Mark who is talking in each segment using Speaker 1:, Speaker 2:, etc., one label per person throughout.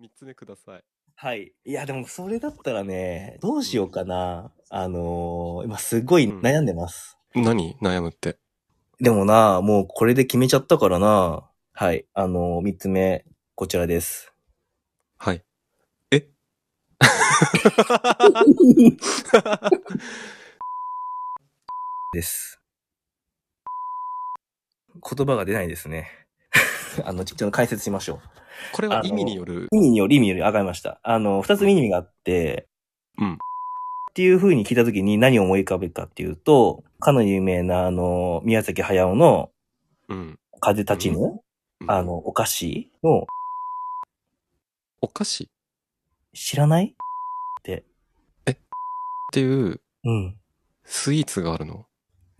Speaker 1: 3つ目ください。
Speaker 2: はい。いや、でもそれだったらね、どうしようかな。あのー今すごい悩んでます。
Speaker 1: 何悩むって。
Speaker 2: でもな、もうこれで決めちゃったからな。はい。あのー、三つ目、こちらです。
Speaker 1: はい。え
Speaker 2: です。言葉が出ないですね。 あの、ちょっと解説しましょう。
Speaker 1: これは意味による。
Speaker 2: 意味により意味により上がりました。あの、二つ意味があって、
Speaker 1: うん
Speaker 2: っていう風に聞いたときに何を思い浮かべるかっていうと、かの有名なあの、宮崎駿の
Speaker 1: うん。
Speaker 2: 風立ちぬ、
Speaker 1: うん
Speaker 2: あの、、お菓子の、
Speaker 1: お菓子っ
Speaker 2: 知らない
Speaker 1: ていう
Speaker 2: うん。
Speaker 1: スイーツがある の。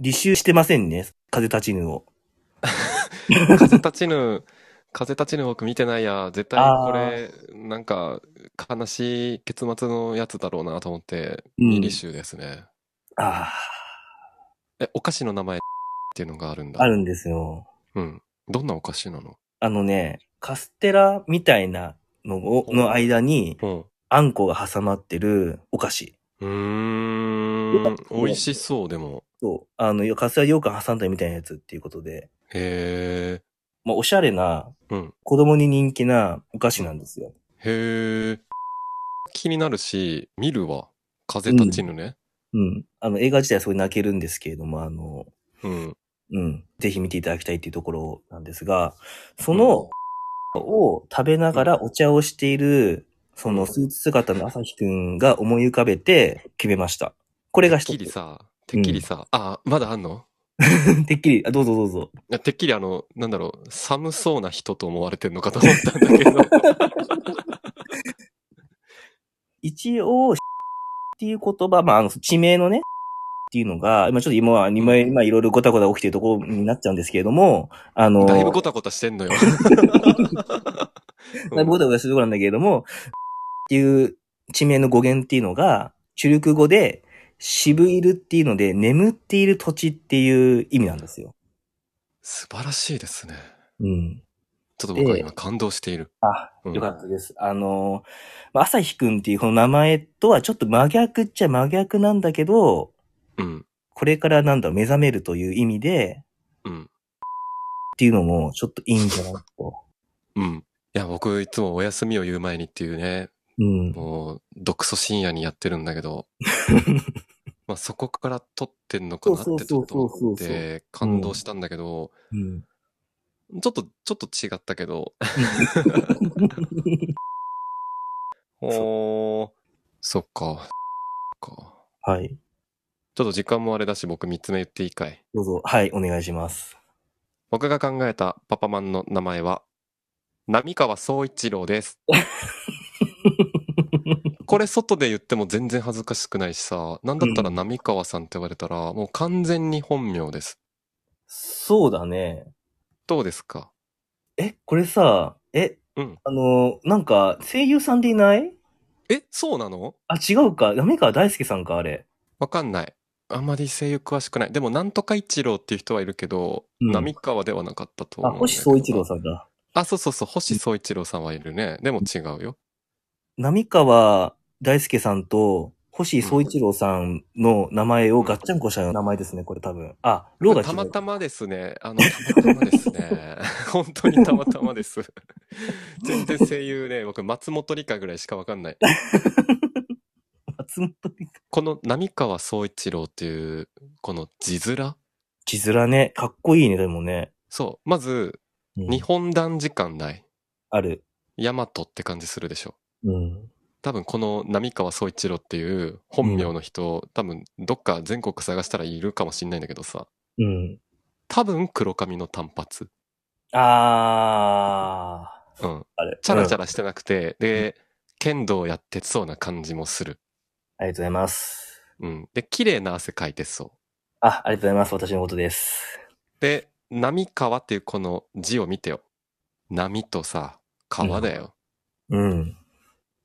Speaker 2: 履修してませんね、風立ちぬを。
Speaker 1: 風立ちぬ、風立ちぬ僕見てないや。絶対これ、なんか、悲しい結末のやつだろうなと思って、
Speaker 2: うん
Speaker 1: ミリ集ですね。
Speaker 2: あ
Speaker 1: え、お菓子の名前っていうのがあるんだ。
Speaker 2: あ、あるんですよ。
Speaker 1: うん。どんなお菓子なの
Speaker 2: あのね、カステラみたいなのを、の間に、
Speaker 1: うん。う
Speaker 2: あんこが挟まってるお菓子。
Speaker 1: ーん。美味しそう、でも。
Speaker 2: そう。あの、カステラ羊羹挟んだみたいなやつっていうことで。
Speaker 1: へ
Speaker 2: まあ、おしゃれな、
Speaker 1: え。うん。
Speaker 2: 子供に人気なお菓子なんですよ。
Speaker 1: へえ。気になるし、見るわ。風立ちぬね。
Speaker 2: うん。あの、映画自体はすごい泣けるんですけれども、あの、
Speaker 1: うん。
Speaker 2: うん。ぜひ見ていただきたいっていうところなんですが、その、を食べながらお茶をしている、そのスーツ姿の朝日くんが思い浮かべて決めました。これ
Speaker 1: て
Speaker 2: が
Speaker 1: っ
Speaker 2: 一
Speaker 1: きり
Speaker 2: つ。
Speaker 1: さ、てっきりさ、あ、まだあんの
Speaker 2: てっきり、あ、どうぞどうぞ。
Speaker 1: いやてっきりあの、なんだろう、寒そうな人と思われてんのかと思ったんだけ ど。
Speaker 2: 一応、っていう言葉、まあ、あの、地名のね、っていうのが、今ちょっと今、今、今いろいろごたごた起きてるところになっちゃうんですけれども、あの、
Speaker 1: だいぶごたごたして んのよ。
Speaker 2: だいぶごたごたするところなんだけれども、っていう地名の語源っていうのが、中力語で、渋いるっていうので、眠っている土地っていう意味なんですよ。
Speaker 1: 素晴らしいですね。
Speaker 2: うん。
Speaker 1: ちょっと僕は今感動している。
Speaker 2: あ、
Speaker 1: うん
Speaker 2: よかったです。あの、まあ朝日くんっていうこの名前とはちょっと真逆っちゃ真逆なんだけど、
Speaker 1: うん。
Speaker 2: これからなんだろう目覚めるという意味で、
Speaker 1: うん。
Speaker 2: っていうのもちょっといいんじゃないかと。
Speaker 1: うん。いや、僕いつもお休みを言う前にっていうね、
Speaker 2: うん。
Speaker 1: もう、独ソ深夜にやってるんだけど、まあそこから撮ってんのかなってちょっと思っ
Speaker 2: そうそうそうそうそ
Speaker 1: て感動したんだけど、
Speaker 2: うん。
Speaker 1: ちょっと、ちょっと違ったけど、おー、そっか、か。
Speaker 2: はい。
Speaker 1: ちょっと時間もあれだし、僕3つ目言っていいかい
Speaker 2: どうぞ。はい、お願いします。
Speaker 1: 僕が考えたパパマンの名前は、波川総一郎 です。これ外で言っても全然恥ずかしくないしさ、なんだったら
Speaker 2: うん
Speaker 1: 波川さんって言われたら、もう完全に本名です。
Speaker 2: そうだね。
Speaker 1: どうですか
Speaker 2: え、これさ、え、
Speaker 1: うん
Speaker 2: あの、なんか、声優さんでいない
Speaker 1: え、そうなの
Speaker 2: あ、違うか。ダメか、大輔さんか、あれ。
Speaker 1: わかんない。あんまり声優詳しくない。でも、なんとか一郎っていう人はいるけど、
Speaker 2: うん
Speaker 1: 波川ではなかったと思
Speaker 2: あ、
Speaker 1: うんだけど。
Speaker 2: 星総一郎さんだ。
Speaker 1: あ、そうそうそう、星総一郎さんはいるね。でも違うよ。
Speaker 2: 波川大輔さんと星総一郎さんの名前をガッチャンコした名前ですね、これ多分。あ、ローが違う。
Speaker 1: たまたまですね。あの、たまたまですね。 本当にたまたま です。全然声優ね、僕、松本里香ぐらいしかわかんない。
Speaker 2: 松本に。
Speaker 1: この波川総一郎っていう、この字面
Speaker 2: 地面ね、かっこいいね、でもね。
Speaker 1: そう。まず、
Speaker 2: うん
Speaker 1: 日本断時間内、
Speaker 2: ある。
Speaker 1: 大和って感じするでしょ。
Speaker 2: うん。
Speaker 1: 多分この波川総一郎っていう本名の人、多分どっか全国探したらいるかもしんないんだけどさ
Speaker 2: うん。
Speaker 1: 多分黒髪の短髪、
Speaker 2: あー。
Speaker 1: うん、
Speaker 2: あれ。
Speaker 1: チャラチャ
Speaker 2: ラ。
Speaker 1: ラしてなくて、で剣道やってそうな感じもする、
Speaker 2: ありがとうございます。
Speaker 1: うん、で綺麗な汗かいてそう
Speaker 2: あ、ありがとうございます。私のことです。
Speaker 1: で波川っていうこの字を見てよ波とさ川だよ、
Speaker 2: うん。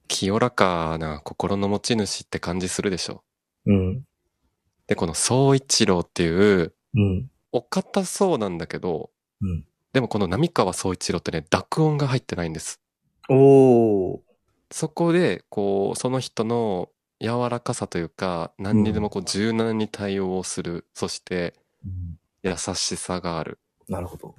Speaker 1: 清らかな心の持ち主って感じするでしょ
Speaker 2: うん。
Speaker 1: でこの総一郎っていう
Speaker 2: うん。
Speaker 1: お堅そうなんだけど、
Speaker 2: うん
Speaker 1: でもこの波川総一郎ってね、濁音が入ってないんです。
Speaker 2: おー。
Speaker 1: そこで、こう、その人の柔らかさというか、何にでもこう柔軟に対応する。そして、
Speaker 2: うん
Speaker 1: 優しさがある。
Speaker 2: なるほど。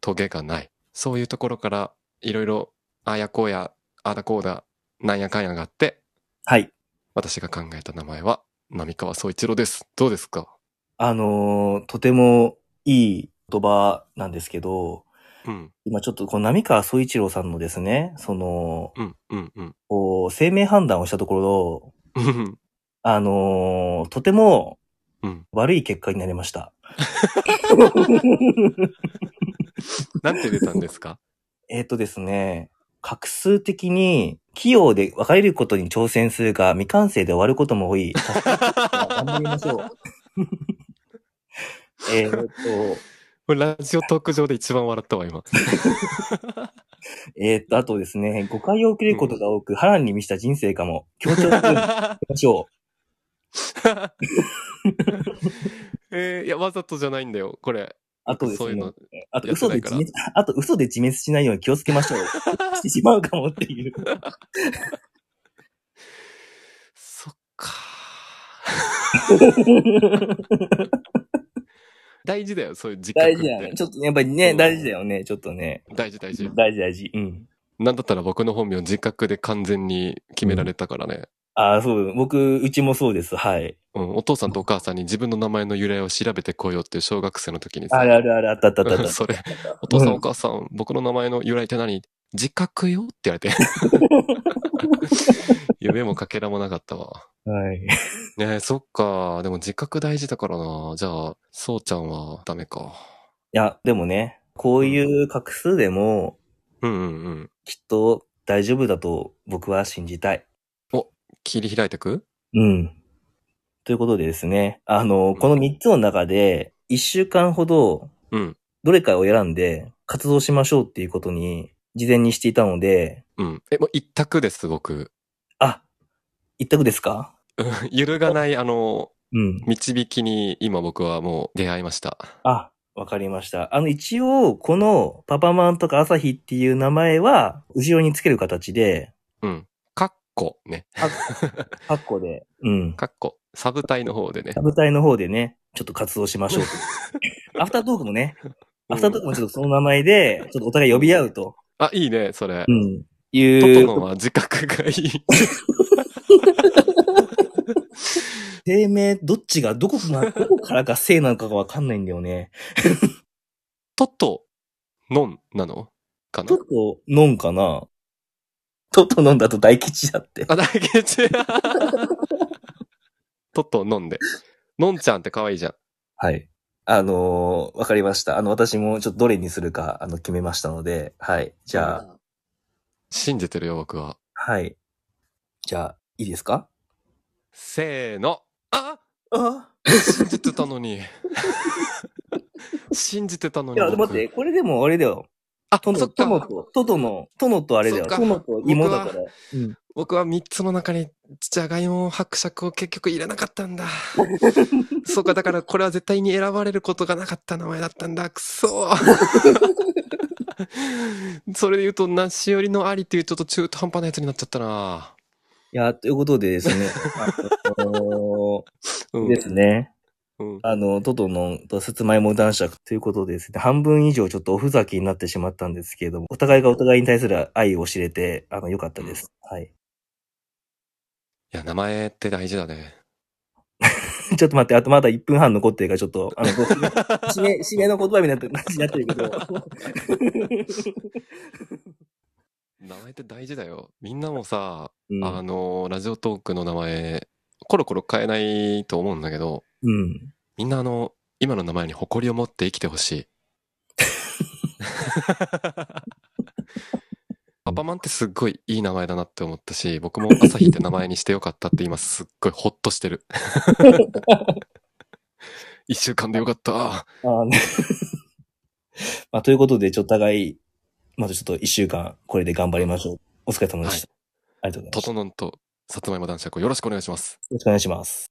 Speaker 1: トゲがない。そういうところから、いろいろ、あやこうや、あだこうだ、なんやかんやがあって、
Speaker 2: はい。
Speaker 1: 私が考えた名前は、波川総一郎です。どうですか
Speaker 2: あのーとてもいい言葉なんですけど、
Speaker 1: うん、
Speaker 2: 今ちょっとこの波川総一郎さんのですね、その、
Speaker 1: うん、うん、うん。
Speaker 2: こう、生命判断をしたとこ
Speaker 1: う
Speaker 2: ろ、
Speaker 1: ん、
Speaker 2: あのーとても
Speaker 1: うん。
Speaker 2: 悪い結果になりま した。
Speaker 1: なんて出たんです か
Speaker 2: えっとですね、画数的に器用で分かれることに挑戦するが、未完成で終わることも多い。頑張りまし ょう。えっと、
Speaker 1: これラジオトーク上で一番笑ったわ、 今。
Speaker 2: えっと、あとですね、誤解を受けることが多く、波乱に満ちた人生かも、強調するようにし ましょう。
Speaker 1: えーいや、わざとじゃないんだよ、これ。
Speaker 2: あとで
Speaker 1: そういう
Speaker 2: す
Speaker 1: の、。
Speaker 2: ねあと嘘で
Speaker 1: やって
Speaker 2: 自
Speaker 1: ない
Speaker 2: 滅、あと嘘で自滅しないように気をつけま しょう。してしまうかもっていう。
Speaker 1: そっ か。大事だよ、そういう自覚
Speaker 2: 大
Speaker 1: って。
Speaker 2: 事だよ ね。ちょっとやっぱりね、大事だよね。ちょっとね。
Speaker 1: 大事、大事。
Speaker 2: 大事大事。うん。
Speaker 1: なんだったら僕の本名自覚で完全に決められたからね。
Speaker 2: ああ、そう。僕、うちもそうです。はい。
Speaker 1: うん、お父さんとお母さんに自分の名前の由来を調べてこようっていう小学生の時にさ
Speaker 2: あるあるある、あったあったあっ たあった。
Speaker 1: それ、お父さん
Speaker 2: うん
Speaker 1: お母さん、僕の名前の由来って何自覚よって言われて。 夢もかけらもなかったわ。
Speaker 2: はい。
Speaker 1: ねえ、そっか。でも自覚大事だからな。じゃあ、そうちゃんはダメか。
Speaker 2: いや、でもね、こういう画数でも、
Speaker 1: うんうんうん。
Speaker 2: きっと大丈夫だと僕は信じたい。
Speaker 1: 切り開いてく
Speaker 2: うん。ということでですね、あの、この3つの中で、1週間ほど、
Speaker 1: うん。
Speaker 2: どれかを選んで活動しましょうっていうことに、事前にしていたので、
Speaker 1: うん。え、もう一択です、僕。
Speaker 2: あ、一択ですか
Speaker 1: うん揺るがない、あの、
Speaker 2: うん。
Speaker 1: 導きに今僕はもう出会いました。
Speaker 2: あ、わかりました。あの、一応、このパパマンとか朝日っていう名前は、後ろにつける形で、
Speaker 1: うん。かっこね。
Speaker 2: あカッコで、うん。
Speaker 1: かっこ。サブ隊の方でね
Speaker 2: サ。ブ隊の方でね、ちょっと活動しましょう と。アフタートークもね、アフタートークもちょっとその名前で、ちょっとお互い呼び合うと、
Speaker 1: あ、いいね、それ。
Speaker 2: うん。
Speaker 1: ト
Speaker 2: い
Speaker 1: トノ
Speaker 2: う、
Speaker 1: は自覚がい い。
Speaker 2: 生命、どっちが、どこ が、どこからが生なのかがわかんないんだよね。
Speaker 1: トト、ノンなのか
Speaker 2: ちょ
Speaker 1: な
Speaker 2: っと飲んかなちょっと飲んだと大吉だって。
Speaker 1: あ、大 吉。トト、ノンで。ノンちゃんって可愛いじゃん。
Speaker 2: はい。あのーわかりました。あの、私もちょっとどれにするか、あの、決めましたので、はい。じゃあ、
Speaker 1: 信じてるよ、僕は。
Speaker 2: はい。じゃあ、いいですか
Speaker 1: せーの。あ
Speaker 2: あ
Speaker 1: 信じてたの に。信じてたの
Speaker 2: い
Speaker 1: に。
Speaker 2: や、
Speaker 1: 僕
Speaker 2: 待って、これでもあれだよ。
Speaker 1: あ、
Speaker 2: ト
Speaker 1: そ
Speaker 2: ノ、
Speaker 1: っ
Speaker 2: トノ
Speaker 1: か。
Speaker 2: と、トトの、トノとあれだよ。
Speaker 1: そっか
Speaker 2: トノと芋だから。うん。
Speaker 1: 僕は3つの中に、じゃがいも伯爵を結局入れなかった んだ。そうか、だからこれは絶対に選ばれることがなかった名前だったんだ。く そーそれで言うと、なし寄りのありっていうちょっと中途半端なやつになっちゃったな。
Speaker 2: いや、ということでです ね、あの
Speaker 1: う
Speaker 2: ー
Speaker 1: ん。
Speaker 2: ですね。
Speaker 1: うん、
Speaker 2: あの、トトのとさつまいも男爵ということでですね、半分以上ちょっとおふざけになってしまったんですけれども、お互いがお互いに対する愛を知れて、あの、良かったです。はい。
Speaker 1: いや、名前って大事だね。
Speaker 2: ちょっと待って、あとまだ1分半残ってるから、ちょっと、あの、締め、締めの言葉になって、になってるけど。
Speaker 1: 名前って大事だよ。みんなもさ、
Speaker 2: うん
Speaker 1: あの、ラジオトークの名前、コロコロ変えないと思うんだけど、
Speaker 2: うん。
Speaker 1: みんなあの、今の名前に誇りを持って生きてほしい。パパマンってすっごいいい名前だなって思ったし、僕も朝日って名前にしてよかったって今すっごいほっとしてる。一週間でよかった。
Speaker 2: あーね まあ、ということで、ちょっとお互い、まずちょっと1週間、これで頑張りましょう。お疲れ様でした。ありがとうございま
Speaker 1: と
Speaker 2: した。
Speaker 1: とのんと、さつまいも男爵をよろしくお願いします。
Speaker 2: よろしくお願いします。